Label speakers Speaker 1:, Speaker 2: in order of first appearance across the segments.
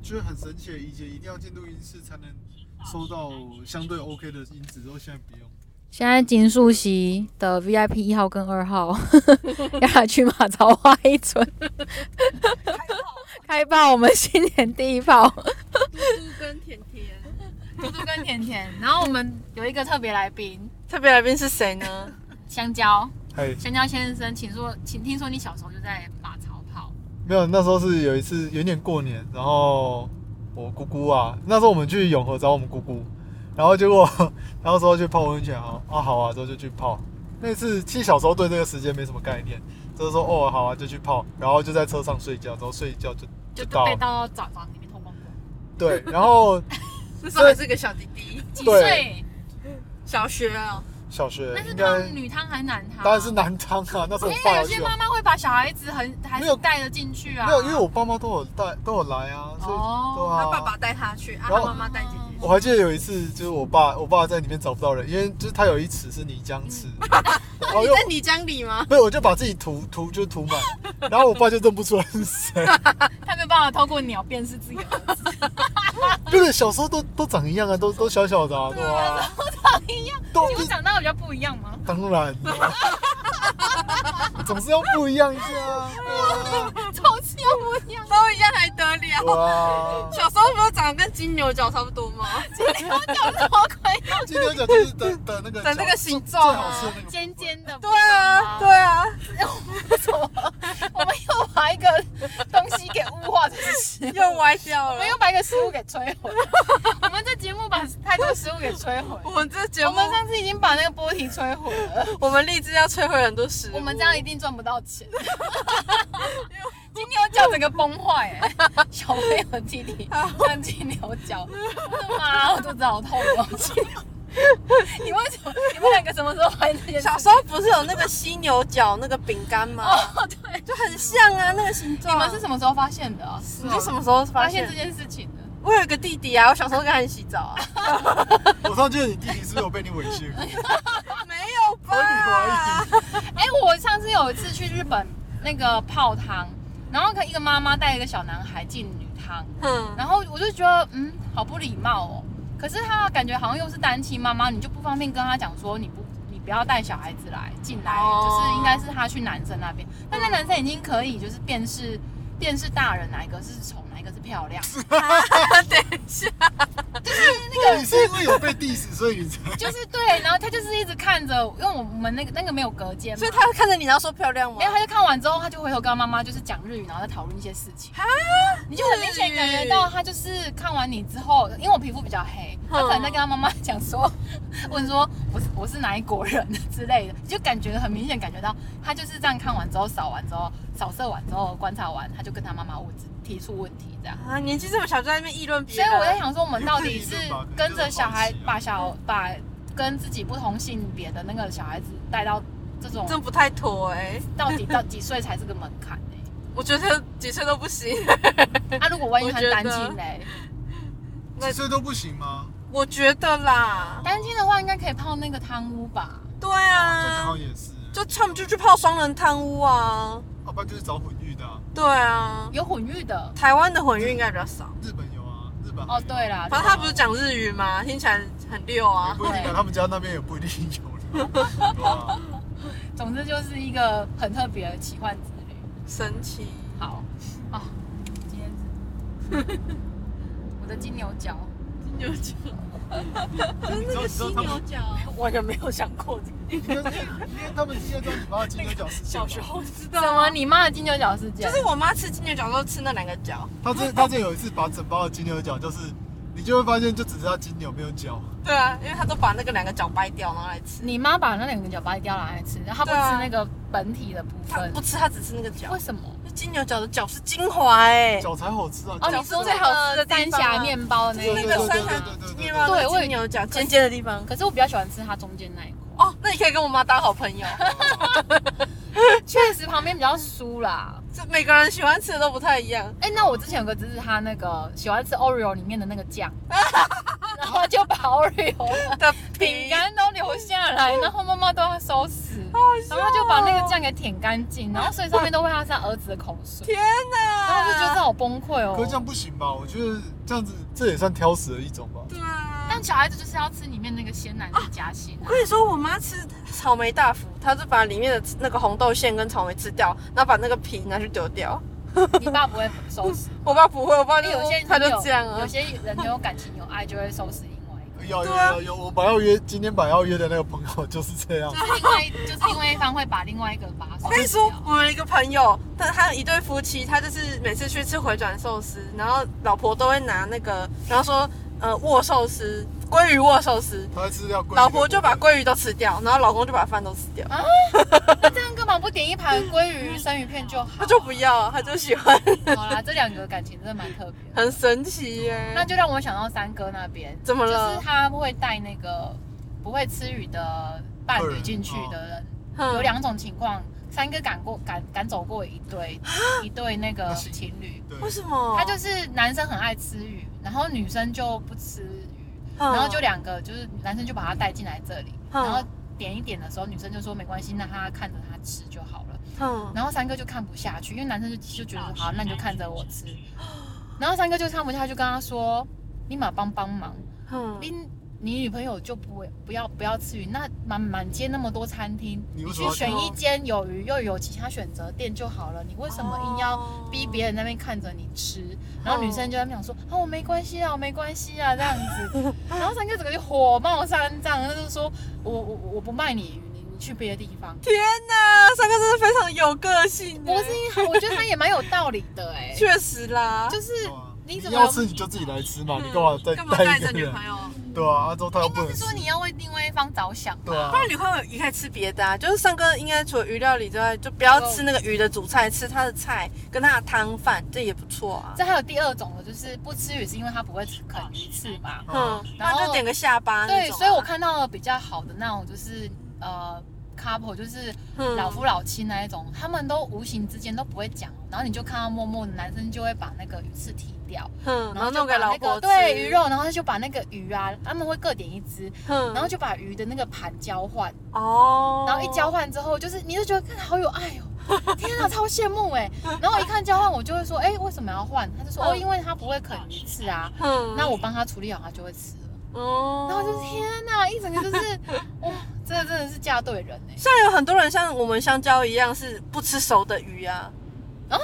Speaker 1: 觉得很神奇，以前一定要进录音室才能收到相对 OK 的音质，然后现在不用。
Speaker 2: 现在金素汐的 VIP 一号跟二号 要来去马槽花一村，开爆我们新年第一炮。
Speaker 3: 嘟嘟跟甜甜，
Speaker 2: 嘟嘟跟甜甜，然后我们有一个特别来宾，
Speaker 3: 特别来宾是谁呢？
Speaker 2: 香蕉，
Speaker 1: 嗨，
Speaker 2: 香蕉先生，请说，请听说你小时候就在马槽跑，
Speaker 1: 没有，那时候是有一次有一年过年，然后我姑姑啊，那时候我们去永和找我们姑姑，然后结果 然后说去泡温泉啊，啊好啊，之后就去泡。那次其实小时候对这个时间没什么概念，就是说哦好啊就去泡，然后就在车上睡觉，之后睡一觉就
Speaker 2: 就
Speaker 1: 到
Speaker 2: 被倒到澡澡里面偷光光。
Speaker 1: 对，然后
Speaker 3: 那时候还是个小弟弟，
Speaker 2: 几
Speaker 1: 对
Speaker 2: 岁？哦
Speaker 3: 小学啊，
Speaker 1: 小学
Speaker 2: 那是
Speaker 1: 应
Speaker 2: 当
Speaker 1: 该
Speaker 2: 女汤还是男汤？
Speaker 1: 当然是。男汤啊，那时候
Speaker 2: 因
Speaker 1: 我
Speaker 2: 为
Speaker 1: 爸
Speaker 2: 有
Speaker 1: 要
Speaker 2: 些
Speaker 1: 去
Speaker 2: 妈
Speaker 1: 啊，
Speaker 2: 妈会把小孩子很还
Speaker 1: 没
Speaker 2: 是
Speaker 1: 有
Speaker 2: 带着进去啊。
Speaker 1: 没有，因为我爸妈都有带都有来啊，所以
Speaker 2: 哦
Speaker 1: 对
Speaker 3: 他
Speaker 1: 啊，
Speaker 3: 爸爸带他去，啊，
Speaker 1: 然
Speaker 3: 他
Speaker 1: 后
Speaker 3: 妈妈带姐姐
Speaker 1: 我还记得有一次，就是我爸，我爸在里面找不到人，因为就是他有一尺是泥浆尺，然后
Speaker 3: 去。
Speaker 1: 哦又
Speaker 3: 你在泥浆里吗？
Speaker 1: 没有，我就把自己涂涂就涂满，然后我爸就认不出来是谁，
Speaker 2: 他没有办法透过鸟辨识自己的儿子，
Speaker 1: 就是小时候都都长一样啊，都都小小的啊，对吧、
Speaker 2: 一样。
Speaker 1: 都
Speaker 2: 你们长大比较不一样 吗？
Speaker 1: 当然 了，总是要不一样一下啊，
Speaker 2: 超级又不一样。
Speaker 3: 都一样还得
Speaker 1: 对
Speaker 3: 了？
Speaker 1: 啊，
Speaker 3: 小时候不是长得跟金牛角差不多吗？
Speaker 1: 金牛角就是的的那个
Speaker 3: 长那个形
Speaker 1: 最
Speaker 3: 状
Speaker 1: 好吃
Speaker 3: 啊
Speaker 1: 的。那个，
Speaker 2: 尖尖的，
Speaker 3: 对啊，对啊，
Speaker 2: 我们又把一个东西给物化成食物，
Speaker 3: 又歪掉
Speaker 2: 我
Speaker 3: 了
Speaker 2: 们。又把一个食物给摧 毁。我们这节目把太多食物给摧毁。
Speaker 3: 我们这节
Speaker 2: 我
Speaker 3: 目，
Speaker 2: 们上次已经把那个波提摧毁了，
Speaker 3: 我们立志要摧毁很多食物。
Speaker 2: 我们这样一定赚不到 钱。金牛角整个崩坏哎、小朋友弟弟像金牛角，我的妈，我肚子好痛 哦！你为什么？你们两个什么时候发现这件事？
Speaker 3: 小时候不是有那个犀牛角那个饼干吗？
Speaker 2: 哦，对，
Speaker 3: 就很像啊，那个形状。
Speaker 2: 你们是什么时候发现的啊？
Speaker 3: 你是什么时候
Speaker 2: 发
Speaker 3: 发
Speaker 2: 现
Speaker 3: 现
Speaker 2: 这？件事情的？
Speaker 3: 我有一个弟弟啊，我小时候跟他一起洗澡啊。
Speaker 1: 我上去你弟弟是不是有被你猥亵过？
Speaker 3: 没有
Speaker 1: 合理怀
Speaker 3: 吧？
Speaker 1: 疑，
Speaker 2: 哎、我上次有一次去日本那个泡汤，然后一个妈妈带一个小男孩进女汤，
Speaker 3: 嗯，
Speaker 2: 然后我就觉得嗯，好不礼貌哦。可是他感觉好像又是单亲妈妈，你就不方便跟他讲说你不你不要带小孩子来进来，
Speaker 3: 哦
Speaker 2: 就是应该是他去男生那边。但那男生已经可以就是辨识辨识大人哪一个是丑，哪一个是漂亮，
Speaker 1: 那你是因为有被 diss 所以你才
Speaker 2: 就是对。然后他就是一直看着，因为我们那个那个没有隔间嘛，
Speaker 3: 所以他看着你，然后说漂亮吗
Speaker 2: 没？有，他就看完之后，他就回头跟他妈妈就是讲日语，然后再讨论一些事情。你就很明显感觉到他就是看完你之后，因为我皮肤比较黑，他可能在跟他妈妈讲说，问说我是我是哪一国人之类的，就感觉很明显感觉到他就是这样看完之后扫完之后扫射完之后观察完，他就跟他妈妈问提出问题这样。
Speaker 3: 啊，年纪这么小就在那边议论别
Speaker 2: 所以
Speaker 3: 人，
Speaker 2: 我在想说，我们到底是跟着小孩把小把跟自己不同性别的那个小孩子带到这种，
Speaker 3: 真不太妥哎、
Speaker 2: 到底到几岁才是个门槛呢、
Speaker 3: 我觉得几岁都不行。
Speaker 2: 他、如果万一他
Speaker 3: 我觉得
Speaker 2: 单亲嘞，
Speaker 3: 那
Speaker 1: 几岁都不行吗？
Speaker 3: 我觉得啦，
Speaker 2: 单亲的话应该可以泡那个汤屋吧？
Speaker 3: 对
Speaker 1: 这刚
Speaker 3: 啊
Speaker 1: 好，也是，
Speaker 3: 就他们就去泡双人汤屋啊，
Speaker 1: 要不然就是找混浴的啊，
Speaker 3: 对啊，
Speaker 2: 有混浴的
Speaker 3: 台湾的混浴应该比较少。
Speaker 1: 日本有啊，日本
Speaker 2: 哦，对啦，
Speaker 3: 反正嗯他不是讲日语吗？听起来很溜
Speaker 1: 也
Speaker 3: 啊。
Speaker 1: 不一定啊，他们家那边也不一定有啦，对吧？
Speaker 2: 总之就是一个很特别的奇幻之旅。
Speaker 3: 神奇。
Speaker 2: 好，啊、今天是 我的金牛角，
Speaker 3: 金牛角，
Speaker 1: 你知道你知道他们，
Speaker 3: 角，
Speaker 2: 我也没有想过这个。
Speaker 1: 因为因为他们现在知道你妈的金牛角事件吧，
Speaker 3: 我知
Speaker 2: 怎
Speaker 3: 道
Speaker 2: 么？
Speaker 3: 啊，
Speaker 2: 你妈的金牛角事件？
Speaker 3: 就是我妈吃金牛角都吃那两个角。
Speaker 1: 他这他这有一次把整包的金牛角，就是你就会发现就只是他金牛没有角，
Speaker 3: 对啊，因为她都把那个两个角掰掉，然后来吃。
Speaker 2: 你妈把那两个角掰掉拿来吃，然后她不
Speaker 3: 对啊
Speaker 2: 吃那个本体的部
Speaker 3: 她
Speaker 2: 分
Speaker 3: 不，吃，她只吃那个角
Speaker 2: 为。什么？
Speaker 3: 那金牛角的角是精华哎、
Speaker 1: 角才好吃啊，角
Speaker 2: 哦，你
Speaker 3: 角
Speaker 2: 说
Speaker 3: 是最好吃
Speaker 2: 那
Speaker 3: 的
Speaker 2: 个三
Speaker 3: 地方啊
Speaker 2: 峡面包的那
Speaker 1: 对
Speaker 2: 一
Speaker 3: 那
Speaker 1: 对
Speaker 2: 个
Speaker 3: 个
Speaker 1: 对
Speaker 3: 三
Speaker 1: 对
Speaker 3: 峡
Speaker 1: 对对对
Speaker 3: 面包
Speaker 2: 对
Speaker 3: 那
Speaker 2: 我
Speaker 3: 个
Speaker 2: 也
Speaker 3: 金牛角尖尖的地方。
Speaker 2: 可是我比较喜欢吃它中间那一块，
Speaker 3: 哦，那你可以跟我妈当好朋 友。
Speaker 2: 确实旁边比较酥啦。
Speaker 3: 这每个人喜欢吃的都不太一样。
Speaker 2: 哎、那我之前有个侄子，他那个喜欢吃 Oreo 里面的那个酱，然后就把 Oreo
Speaker 3: 的
Speaker 2: 饼干都留下 来，然后妈妈都要收拾，
Speaker 3: 哦
Speaker 2: 然后就把那个酱给舔干净，然后所以上面都会他是他儿子的口水，
Speaker 3: 天啊
Speaker 2: 然后我就觉得这
Speaker 3: 哪！
Speaker 2: 好崩溃
Speaker 1: 可是这
Speaker 2: 哦。
Speaker 1: 样不行吧？我觉得这样子这也算挑食的一种吧。
Speaker 3: 对啊，
Speaker 2: 但小孩子就是要吃里面那个鲜奶的夹心啊
Speaker 3: 我，跟你说，我妈吃草莓大福，她是把里面的那个红豆馅跟草莓吃掉，然后把那个皮拿去丢掉。
Speaker 2: 你爸不会收拾。
Speaker 3: 我爸不会，我爸
Speaker 2: 因
Speaker 3: 就
Speaker 2: 为哎有些人
Speaker 3: 啊 他就
Speaker 2: 有
Speaker 3: 这样啊
Speaker 2: 有。些人没有感情有爱就会收拾另外一个。
Speaker 1: 有有
Speaker 3: 对啊
Speaker 1: 有有，我本来要约今天本来要约的那个朋友就是这样。
Speaker 2: 就是另外，就是另外一方会把另外一个把它收拾掉。
Speaker 3: 哦我跟你说，我有一个朋友，但他有一对夫妻，他就是每次去吃回转寿司，然后老婆都会拿那个，然后说呃握寿司，鲑鱼握寿司，
Speaker 1: 他吃掉龟，
Speaker 3: 老婆就把鲑鱼都吃掉，然后老公就把饭都吃掉，
Speaker 2: 那这样干嘛不点一盘鲑鱼生鱼片就好？
Speaker 3: 他就不要，他就喜欢，
Speaker 2: 好啦，这两个感情真的蛮特别的。
Speaker 3: 很神奇耶。
Speaker 2: 那就让我想到三哥那边，
Speaker 3: 怎么
Speaker 2: 就是
Speaker 3: 了？
Speaker 2: 他会带那个不会吃鱼的伴侣进去的人，
Speaker 3: 哼
Speaker 2: 有两种情况。三哥赶过赶赶走过一对
Speaker 3: 啊
Speaker 2: 一对那个
Speaker 1: 那是
Speaker 2: 情侣，
Speaker 1: 对
Speaker 3: 为什么？
Speaker 2: 他就是男生很爱吃鱼，然后女生就不吃鱼，
Speaker 3: 嗯，
Speaker 2: 然后就两个就是男生就把他带进来这里，
Speaker 3: 嗯
Speaker 2: 然后点一点的时候，女生就说没关系，那他看着他吃就好了。
Speaker 3: 哼，
Speaker 2: 然后三哥就看不下去，因为男生就就觉得说好，那你就看着我吃。然后三哥就看不下去，跟他说：“你马帮帮忙，
Speaker 3: 哼，
Speaker 2: 你你女朋友就不会不要不要吃鱼，那满满街那么多餐厅，
Speaker 1: 你
Speaker 2: 你
Speaker 1: 为什么
Speaker 2: 去
Speaker 1: 要
Speaker 2: 选
Speaker 1: 挑
Speaker 2: 一间有鱼又有其他选择店就好了，你为什么硬要
Speaker 3: 哦
Speaker 2: 逼别人在那边看着你吃，然后女生就在那边讲说，哦，我没关系啊，我没关系啊，这样子，然后三哥整个就火冒三丈，他就说我我我不卖你鱼，你你去别的地方。
Speaker 3: 天哪，三哥真的非常有个性。
Speaker 2: 不是，因为我觉得他也蛮有道理的哎、
Speaker 3: 确实啦，
Speaker 2: 就是你
Speaker 1: 哦你
Speaker 2: 怎么
Speaker 1: 要吃你就自己来吃嘛，哦你干嘛再
Speaker 3: 嗯干嘛
Speaker 1: 带
Speaker 3: 带
Speaker 1: 一个
Speaker 3: 着女
Speaker 1: 人？
Speaker 3: 朋友？
Speaker 1: 对啊，阿周他又
Speaker 2: 应
Speaker 1: 不
Speaker 2: 该
Speaker 1: 能
Speaker 2: 是
Speaker 1: 吃
Speaker 2: 说，你要为另外一方着想吧。
Speaker 1: 对啊
Speaker 3: 不，然你会也可以吃别的啊，就是上哥应该除了鱼料理之外，就不要吃那个鱼的主菜，吃他的菜跟他的汤饭，这也不错啊。
Speaker 2: 这还有第二种的，就是不吃鱼是因为他不会吃啃鱼刺嘛。
Speaker 3: 嗯
Speaker 1: 嗯，，
Speaker 2: 然后
Speaker 3: 那就点个下巴那
Speaker 2: 对，
Speaker 3: 种啊
Speaker 2: 所以我看到了比较好的那种，就是呃 couple，就是
Speaker 3: 嗯
Speaker 2: 老夫老妻那一种，他们都无形之间都不会讲，然后你就看到默默的男生就会把那个鱼刺剔掉，
Speaker 3: 嗯，然后
Speaker 2: 就
Speaker 3: 弄
Speaker 2: 把
Speaker 3: 给
Speaker 2: 那
Speaker 3: 老婆
Speaker 2: 个
Speaker 3: 吃，
Speaker 2: 对鱼，肉，然后他就把那个鱼啊，他们会各点一只，
Speaker 3: 嗯
Speaker 2: 然后就把鱼的那个盘交换，
Speaker 3: 哦，
Speaker 2: 然后一交换之后，就是你就觉得看好有爱哦，天啊，超羡慕哎，然后一看交换，我就会说，哎，为什么要换？他就说，哦，
Speaker 3: 嗯
Speaker 2: 因为他不会啃鱼刺啊，
Speaker 3: 嗯，
Speaker 2: 那我帮他处理好，他就会吃了。
Speaker 3: 哦
Speaker 2: 然后就是天哪，一整个就是，哇，这个真的是嫁对人哎、
Speaker 3: 像有很多人像我们香蕉一样是不吃熟的鱼啊。
Speaker 2: 啊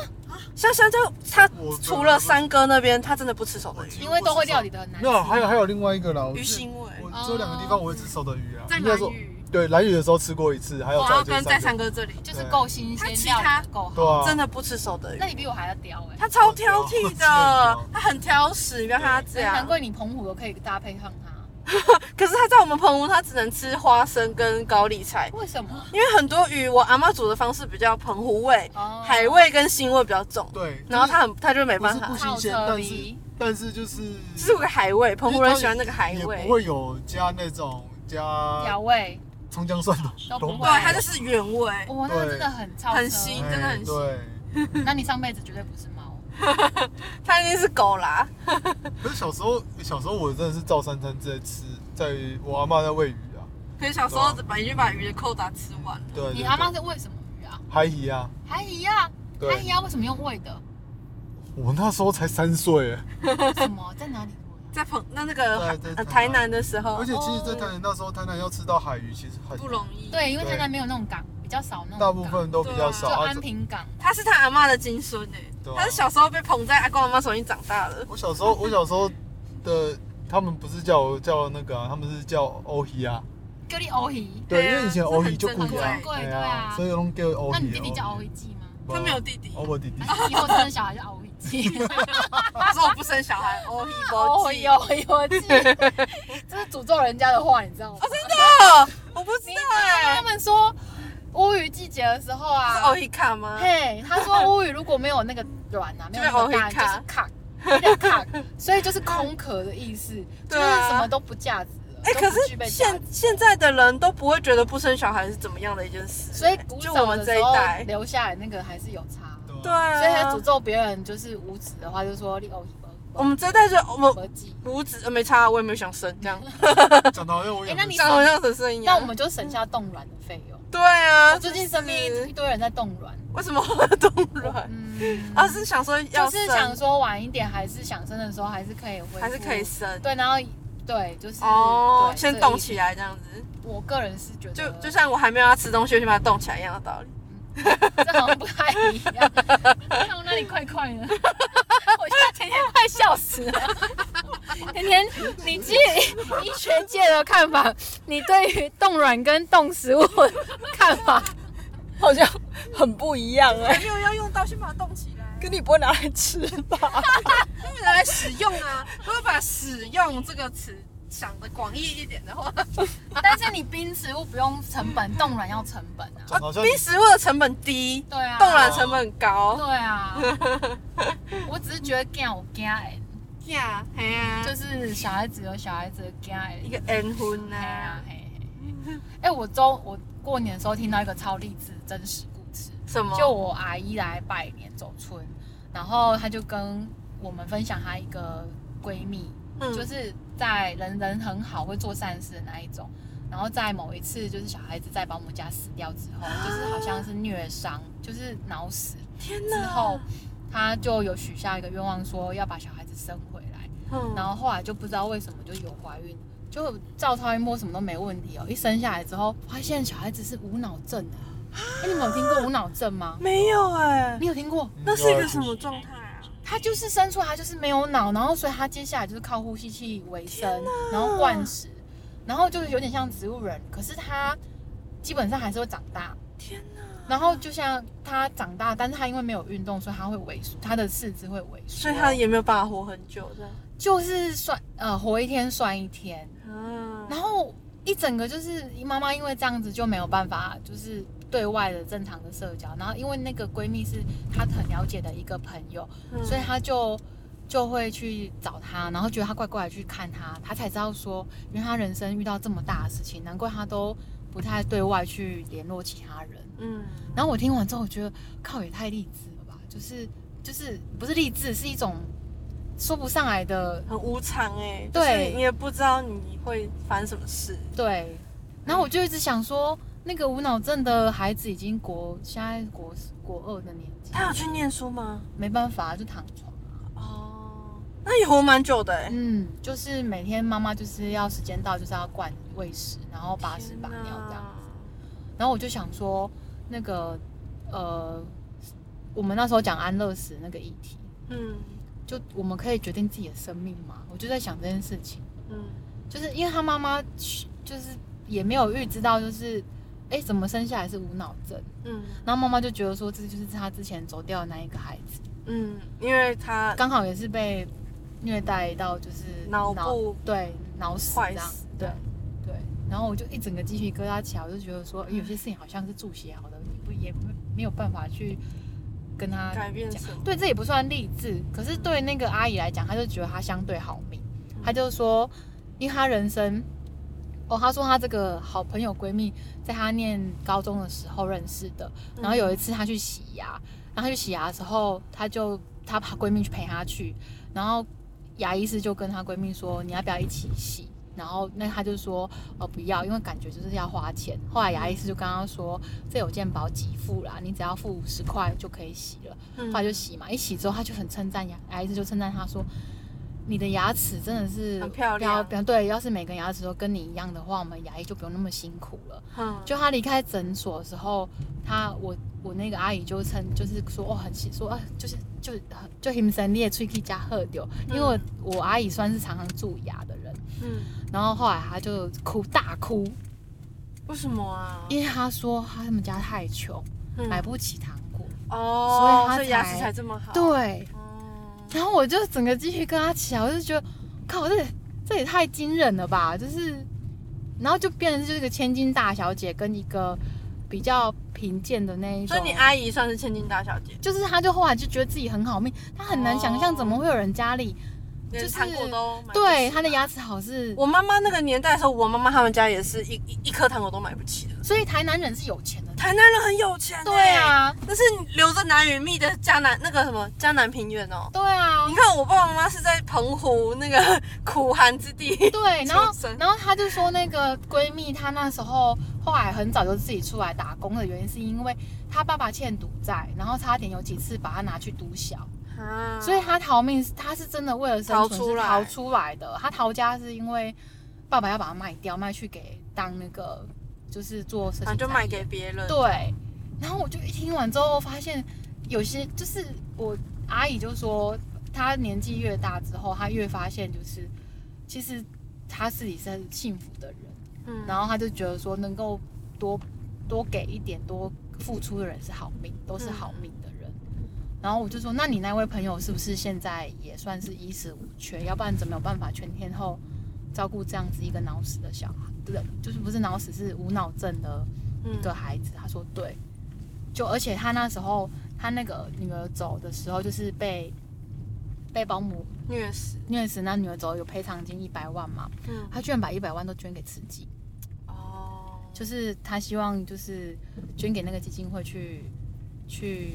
Speaker 3: 像香蕉，他
Speaker 1: 我
Speaker 3: 除了三哥那边，他真的不吃熟的鱼，
Speaker 2: 因为都会料理的很难吃。
Speaker 1: 没有，还有还有另外一个啦，我
Speaker 3: 鱼
Speaker 1: 是
Speaker 3: 腥哦味。
Speaker 1: 我只有两个地方我会吃熟的鱼啊，
Speaker 4: 在
Speaker 1: 应该
Speaker 4: 蓝
Speaker 1: 说
Speaker 4: 屿，
Speaker 1: 对蓝屿的时候吃过一次，还有
Speaker 4: 然
Speaker 1: 在
Speaker 4: 后
Speaker 1: 就是三
Speaker 4: 跟在
Speaker 1: 个
Speaker 4: 三哥这里，
Speaker 2: 就是够新鲜
Speaker 4: 他，吃
Speaker 2: 料
Speaker 4: 它
Speaker 2: 理得够好。
Speaker 1: 对啊，
Speaker 3: 哦真的不吃熟的鱼
Speaker 2: 那，你比我还要刁哎、
Speaker 3: 他超挑剔
Speaker 1: 我
Speaker 3: 的
Speaker 1: 知道，
Speaker 3: 他很挑食，不要看他这
Speaker 2: 难
Speaker 3: 样。
Speaker 2: 怪你澎湖都可以搭配上它，
Speaker 3: 可是他在我们澎湖，他只能吃花生跟高丽菜，
Speaker 2: 为什么？
Speaker 3: 因为很多鱼我阿妈煮的方式比较澎湖味、
Speaker 2: 哦
Speaker 3: 海味跟腥味比较重，
Speaker 1: 对，
Speaker 3: 然后他很他就没
Speaker 1: 不
Speaker 3: 办
Speaker 1: 是
Speaker 3: 法
Speaker 1: 不，新鲜，
Speaker 2: 靠车
Speaker 1: 但是
Speaker 2: 厘
Speaker 1: 但是就是
Speaker 3: 就是有个海味，澎湖人喜欢那个海
Speaker 1: 也
Speaker 3: 味
Speaker 1: 不，会有加那种加
Speaker 2: 调味，
Speaker 1: 葱姜蒜的
Speaker 2: 都不
Speaker 1: 龙
Speaker 2: 会
Speaker 3: 对，它就是原味，
Speaker 2: 欸哇、那个真的很超车
Speaker 3: 很腥真的很新
Speaker 1: 哎对。
Speaker 2: 那你上辈子绝对不是猫，
Speaker 3: 它一定是狗啦。
Speaker 1: 啊可是小时候小时候我真的是照三餐在吃，在我阿妈在喂鱼啊，
Speaker 3: 可是小时候把已经把鱼的扣打吃完了，
Speaker 1: 对对，
Speaker 2: 你阿妈
Speaker 1: 对
Speaker 2: 是喂什么鱼啊？
Speaker 1: 海姨啊，
Speaker 2: 海姨啊，海
Speaker 1: 对
Speaker 2: 姨，啊，为什么用喂 的？
Speaker 1: 我那时候才三岁耶，
Speaker 2: 什么在哪里啊喂？
Speaker 3: 在澎那那个
Speaker 1: 对
Speaker 3: 海
Speaker 1: 对台
Speaker 3: 呃台
Speaker 1: 南
Speaker 3: 南的时候
Speaker 1: 而且其实，在台南那时候，台南要吃到海鱼其实很
Speaker 4: 不容易。，
Speaker 2: 对，因为
Speaker 1: 对
Speaker 2: 台南没有那种港，比较少那种港，
Speaker 1: 大部分都比较
Speaker 2: 就
Speaker 1: 少。啊
Speaker 2: 安平港。
Speaker 3: 他是他阿妈的金孙哎、
Speaker 1: 对啊
Speaker 3: 他是小时候被捧在阿公阿妈手里长大的。
Speaker 1: 我小时候，我小时候的他们不是叫我叫那个、啊，他们是叫欧希啊。
Speaker 2: 叫你欧姨，
Speaker 1: 对，
Speaker 3: 对啊
Speaker 1: 因为以前欧希就贵
Speaker 3: 这
Speaker 1: 啊
Speaker 3: 很珍，
Speaker 2: 贵
Speaker 1: 哎
Speaker 2: 对
Speaker 1: 呀
Speaker 2: 啊
Speaker 1: 所以拢叫欧希。
Speaker 2: 那你弟弟叫欧记吗？
Speaker 1: 不，
Speaker 3: 他没有弟弟，
Speaker 1: 哦，我弟弟。
Speaker 2: 以后生小孩就欧记，
Speaker 3: 他说我不生小孩，哦，一包
Speaker 2: 欧
Speaker 3: 记
Speaker 2: 记欧记， 这是诅咒人家的话，你知道吗？
Speaker 3: 哦，我不知
Speaker 2: 你
Speaker 3: 道
Speaker 2: 知道
Speaker 3: 哎
Speaker 2: 他，们说乌鱼季节的时候
Speaker 3: 是
Speaker 2: 啊
Speaker 3: 欧，一卡吗？
Speaker 2: 嘿，他说乌鱼如果没有那个卵啊，没有那个蛋，
Speaker 3: 就
Speaker 2: 就
Speaker 3: 被
Speaker 2: 是卡，就是卡，所以就是空壳的意 思，就是
Speaker 3: 对啊
Speaker 2: 什么都不价值了，
Speaker 3: 哎、
Speaker 2: 都
Speaker 3: 可
Speaker 2: 不具备
Speaker 3: 是
Speaker 2: 价
Speaker 3: 现
Speaker 2: 值。
Speaker 3: 现在的人都不会觉得不生小孩是怎么样的一件事，
Speaker 2: 所以
Speaker 3: 哎
Speaker 2: 古
Speaker 3: 就我
Speaker 2: 早
Speaker 3: 们
Speaker 2: 的
Speaker 3: 这一
Speaker 2: 时候
Speaker 3: 代，
Speaker 2: 留下来那个还是有差，
Speaker 1: 啊
Speaker 3: 对啊，
Speaker 2: 所以他诅咒别人就是无耻的话，就说你欧姨欧
Speaker 3: 我们这代就哦我们
Speaker 2: 合计。
Speaker 3: 五指呃没差，我也没有想生这样，
Speaker 1: 讲到像我
Speaker 4: 哎
Speaker 1: 养
Speaker 4: 那
Speaker 1: 的
Speaker 4: 你
Speaker 1: 鸡，
Speaker 3: 像我这样子生一
Speaker 2: 那
Speaker 3: 样。
Speaker 2: 我们就省下冻卵的费用。
Speaker 3: 啊
Speaker 2: 哦
Speaker 3: 对啊，
Speaker 2: 我最近
Speaker 3: 真
Speaker 2: 身
Speaker 3: 是
Speaker 2: 边一一堆人在冻卵，
Speaker 3: 为什么我的冻卵？
Speaker 2: 嗯，
Speaker 3: 啊，是想说要
Speaker 2: 就是想
Speaker 3: 生，
Speaker 2: 说晚一点，还是想生的时候还是可以恢复，
Speaker 3: 还是可以生？
Speaker 2: 对，然后对，就是
Speaker 3: 哦，
Speaker 2: 对
Speaker 3: 先
Speaker 2: 这
Speaker 3: 冻
Speaker 2: 一
Speaker 3: 起来这样子，
Speaker 2: 我个人是觉得，
Speaker 3: 就就像我还没有要吃东西，我先把它冻起来一样的道理。
Speaker 2: 这好像不太一 样，看我那里快快 的，我现在天天快笑死了。天天，你基于医学界的看法，你对于冻卵跟冻食物的看法，
Speaker 4: 好像很不一样哎、
Speaker 3: 没有要用到，先把它冻起来。
Speaker 4: 可你不会拿来吃吧？
Speaker 3: 那拿来使用啊，如果把“使用”这个词想的广义一点的话，
Speaker 2: 但是你冰食物不用成本，冻卵要成本啊。
Speaker 1: 讲好像
Speaker 3: 冰食物的成本低，
Speaker 2: 对啊，
Speaker 3: 冻卵成本高。
Speaker 2: 对啊，我只是觉得惊我惊哎，
Speaker 3: 呀，嘿啊，就
Speaker 2: 就是小孩子有小孩子的惊哎
Speaker 3: 一。个 N 婚啊
Speaker 2: 哎呀
Speaker 3: 呐。
Speaker 2: 嘿嘿嘿哎，我周我过年的时候听到一个超励志的真实故事，
Speaker 3: 什么？
Speaker 2: 就我阿姨来拜年走村，然后她就跟我们分享她一个闺蜜，
Speaker 3: 嗯
Speaker 2: 就是在人人很好会做善事的那一种。然后在某一次，就是小孩子在保姆家死掉之后，就是好像是虐伤，就是脑死
Speaker 3: 天
Speaker 2: 之
Speaker 3: 啊
Speaker 2: 后，她就有许下一个愿望，说要把小孩子生回来。
Speaker 3: 嗯
Speaker 2: 然后后来就不知道为什么就有怀孕，就照超音波什么都没问题哦。一生下来之后，发现小孩子是无脑症 的。哎，你们有听过无脑症吗？
Speaker 3: 没有哎
Speaker 2: 你，有
Speaker 1: 嗯
Speaker 2: 听过？
Speaker 3: 那是一个什么状态啊？
Speaker 2: 他就是生出来他就是没有脑，然后所以他接下来就是靠呼吸器为生，然后灌食，然后就是有点像植物人，可是他基本上还是会长大。
Speaker 3: 天哪！
Speaker 2: 然后就像他长大，但是他因为没有运动，所以他会萎缩，他的四肢会萎缩，
Speaker 3: 所以他也没有办法活很久这样。
Speaker 2: 就是算呃活一天算一天，
Speaker 3: 嗯
Speaker 2: 然后一整个就是妈妈因为这样子就没有办法，就是对外的正常的社交。然后因为那个闺蜜是她很了解的一个朋友，
Speaker 3: 嗯
Speaker 2: 所以她就就会去找她，然后觉得她怪怪的去看她，她才知道说，原来她人生遇到这么大的事情，难怪她都不太对外去联络其他人。
Speaker 3: 嗯，
Speaker 2: 然后我听完之后，我觉得靠也太励志了吧，就是就是不是励志，是一种说不上来的
Speaker 3: 很无常哎，
Speaker 2: 对
Speaker 3: 就是你也不知道你会发生什么事。
Speaker 2: 对，然后我就一直想说，那个无脑症的孩子已经国现在国国二的年纪，
Speaker 3: 他有去念书吗？
Speaker 2: 没办法就躺床。
Speaker 3: 哦，那也活蛮久的哎。
Speaker 2: 嗯，就是每天妈妈就是要时间到就是要灌喂食，然后把屎
Speaker 3: 天
Speaker 2: 把
Speaker 3: 哪
Speaker 2: 尿这样子。然后我就想说，那个呃，我们那时候讲安乐死那个议题，
Speaker 3: 嗯
Speaker 2: 就我们可以决定自己的生命嘛？我就在想这件事情。
Speaker 3: 嗯，
Speaker 2: 就是因为他妈妈就是也没有预知到，就是哎怎么生下来是无脑症，
Speaker 3: 嗯
Speaker 2: 然后妈妈就觉得说这就是他之前走掉的那一个孩子，
Speaker 3: 嗯，因为他
Speaker 2: 刚好也是被虐待到就是
Speaker 3: 脑部
Speaker 2: 对脑死
Speaker 3: 坏
Speaker 2: 这样
Speaker 3: 死，
Speaker 2: 对对，然后我就一整个鸡皮疙瘩起来，我就觉得说诶有些事情好像是注写好的，你不也没有办法去跟他
Speaker 3: 改变
Speaker 2: 讲
Speaker 3: 什么？
Speaker 2: 对，这也不算励志，可是对那个阿姨来讲，她就觉得她相对好命，
Speaker 3: 嗯
Speaker 2: 她就说，因为她人生，哦，她说她这个好朋友闺蜜，在她念高中的时候认识的，
Speaker 3: 嗯
Speaker 2: 然后有一次她去洗牙，然后她去洗牙的时候，她就她闺蜜去陪她去，然后牙医师就跟她闺蜜说，你要不要一起洗？然后那她就说，哦不要，因为感觉就是要花钱。后来牙医师就跟她说，这有健保给付啦，你只要付五十块就可以洗了。
Speaker 3: 嗯
Speaker 2: 后来就洗嘛，一洗之后他就很称赞牙牙医师，就称赞他说：“你的牙齿真的是
Speaker 3: 很漂亮
Speaker 2: 漂对，要是每个牙齿都跟你一样的话，我们牙医就不用那么辛苦了。”
Speaker 3: 嗯
Speaker 2: 就他离开诊所的时候，他我我那个阿姨就称就是说哦很喜说啊就是就很就 him 生列吹气加喝丢，因为我我阿姨算是常常蛀牙的人，
Speaker 3: 嗯，
Speaker 2: 然后后来他就哭大哭，
Speaker 3: 为什么啊？
Speaker 2: 因为他说他们家太穷，
Speaker 3: 嗯
Speaker 2: 买不起糖果，
Speaker 3: 哦，
Speaker 2: 所以他
Speaker 3: 所以牙齿
Speaker 2: 才
Speaker 3: 才这么好。
Speaker 2: 对，
Speaker 3: 哦，
Speaker 2: 然后我就整个鸡皮疙瘩起来，我就觉得，靠，这也这也太惊人了吧！就是，然后就变成就是一个千金大小姐跟一个比较贫贱的那一种
Speaker 3: 所以。你阿姨算是千金大小姐。
Speaker 2: 就是她就后来就觉得自己很好命，她很难想象怎么会有人家里
Speaker 3: 连
Speaker 2: 就是
Speaker 3: 糖果都买不起
Speaker 2: 对，他的牙齿好是，
Speaker 3: 哦我妈妈那个年代的时候，我妈妈他们家也是一一一颗糖果都买不起的。
Speaker 2: 所以台南人是有钱的。
Speaker 3: 台南人很有钱、欸，
Speaker 2: 对，啊，
Speaker 3: 那是留着南与蜜的迦南那个什么迦南平原哦。
Speaker 2: 对啊
Speaker 3: 你，看我爸爸妈妈是在澎湖那个 苦寒之地，
Speaker 2: 对，哎啊然后
Speaker 3: 出生
Speaker 2: 然后她就说那个闺蜜，她那时候后来很早就自己出来打工的原因，是因为她爸爸欠赌债，然后差点有几次把她拿去毒枭，
Speaker 3: 啊
Speaker 2: 所以她逃命，她是真的为了生
Speaker 3: 逃
Speaker 2: 存
Speaker 3: 出
Speaker 2: 是
Speaker 3: 来
Speaker 2: 逃出来的。她逃家是因为爸爸要把她卖掉，卖去给当那个就是做色
Speaker 3: 然后
Speaker 2: 情
Speaker 3: 啊就
Speaker 2: 产
Speaker 3: 卖
Speaker 2: 业
Speaker 3: 给别人。
Speaker 2: 对，然后我就一听完之后，发现有些就是我阿姨就说，她年纪越大之后，她越发现就是，其实她自己是很幸福的人，
Speaker 3: 嗯
Speaker 2: 然后她就觉得说，能够多多给一点，多付出的人是好命，都是好命的人。然后我就说，那你那位朋友是不是现在也算是衣食无缺？要不然怎么有办法全天候照顾这样子一个脑死的小孩？对，就是不是脑死，是无脑症的一个
Speaker 3: 嗯
Speaker 2: 孩子，他说对，就而且他那时候他那个女儿走的时候，就是被被保姆
Speaker 3: 虐死，
Speaker 2: 虐死，那女儿走有赔偿金一百万嘛，
Speaker 3: 嗯
Speaker 2: 他居然把一百万都捐给慈济，
Speaker 3: 哦，
Speaker 2: 就是他希望就是捐给那个基金会去去，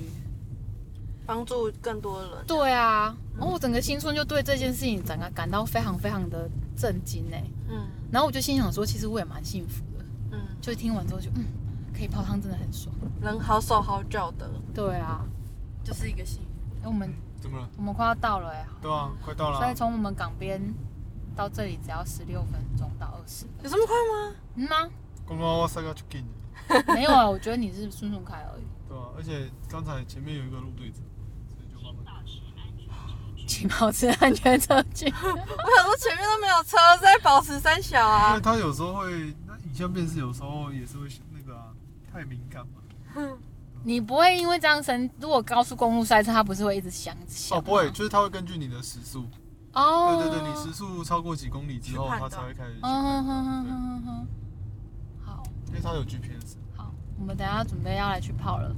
Speaker 3: 帮助更多人。
Speaker 2: 对啊，然后我整个新春就对这件事情整个感到非常非常的震惊呢、
Speaker 3: 嗯
Speaker 2: 然后我就心想说，其实我也蛮幸福的，
Speaker 3: 嗯，
Speaker 2: 就听完之后就嗯，可以泡汤真的很爽，
Speaker 3: 人好手好脚的，
Speaker 2: 对啊，
Speaker 3: 就是一个幸
Speaker 2: 哎我们
Speaker 1: 怎么了？
Speaker 2: 我们快要到了哎、
Speaker 1: 对啊，快到了
Speaker 2: 所以
Speaker 1: 啊。
Speaker 2: 从我们港边到这里只要十六分钟到二十，
Speaker 3: 有这么快吗？
Speaker 2: 嗯吗？
Speaker 1: 公猫塞个出劲，
Speaker 2: 没有啊，我觉得你是顺顺开而已。
Speaker 1: 对啊，而且刚才前面有一个路对子，所以就慢慢。
Speaker 2: 请保持安全车距。
Speaker 3: 我想说前面都没有车，在保持三小
Speaker 1: 因
Speaker 3: 啊
Speaker 1: 为。他有时候会，那影像辨识有时候也是会那个啊，太敏感嘛。
Speaker 2: 你不会因为这样生，如果高速公路塞车，它不是会一直响响
Speaker 1: 哦，
Speaker 2: 吗？
Speaker 1: 不会，就是他会根据你的时速，
Speaker 2: 哦，
Speaker 1: 对对对，你时速超过几公里之后，
Speaker 3: 去判
Speaker 1: 他
Speaker 3: 断
Speaker 1: 才会开始，
Speaker 2: 嗯哼哼哼哼哼哼。好
Speaker 1: 因为他有 GPS。
Speaker 2: 好，我们等一下准备要来去泡了，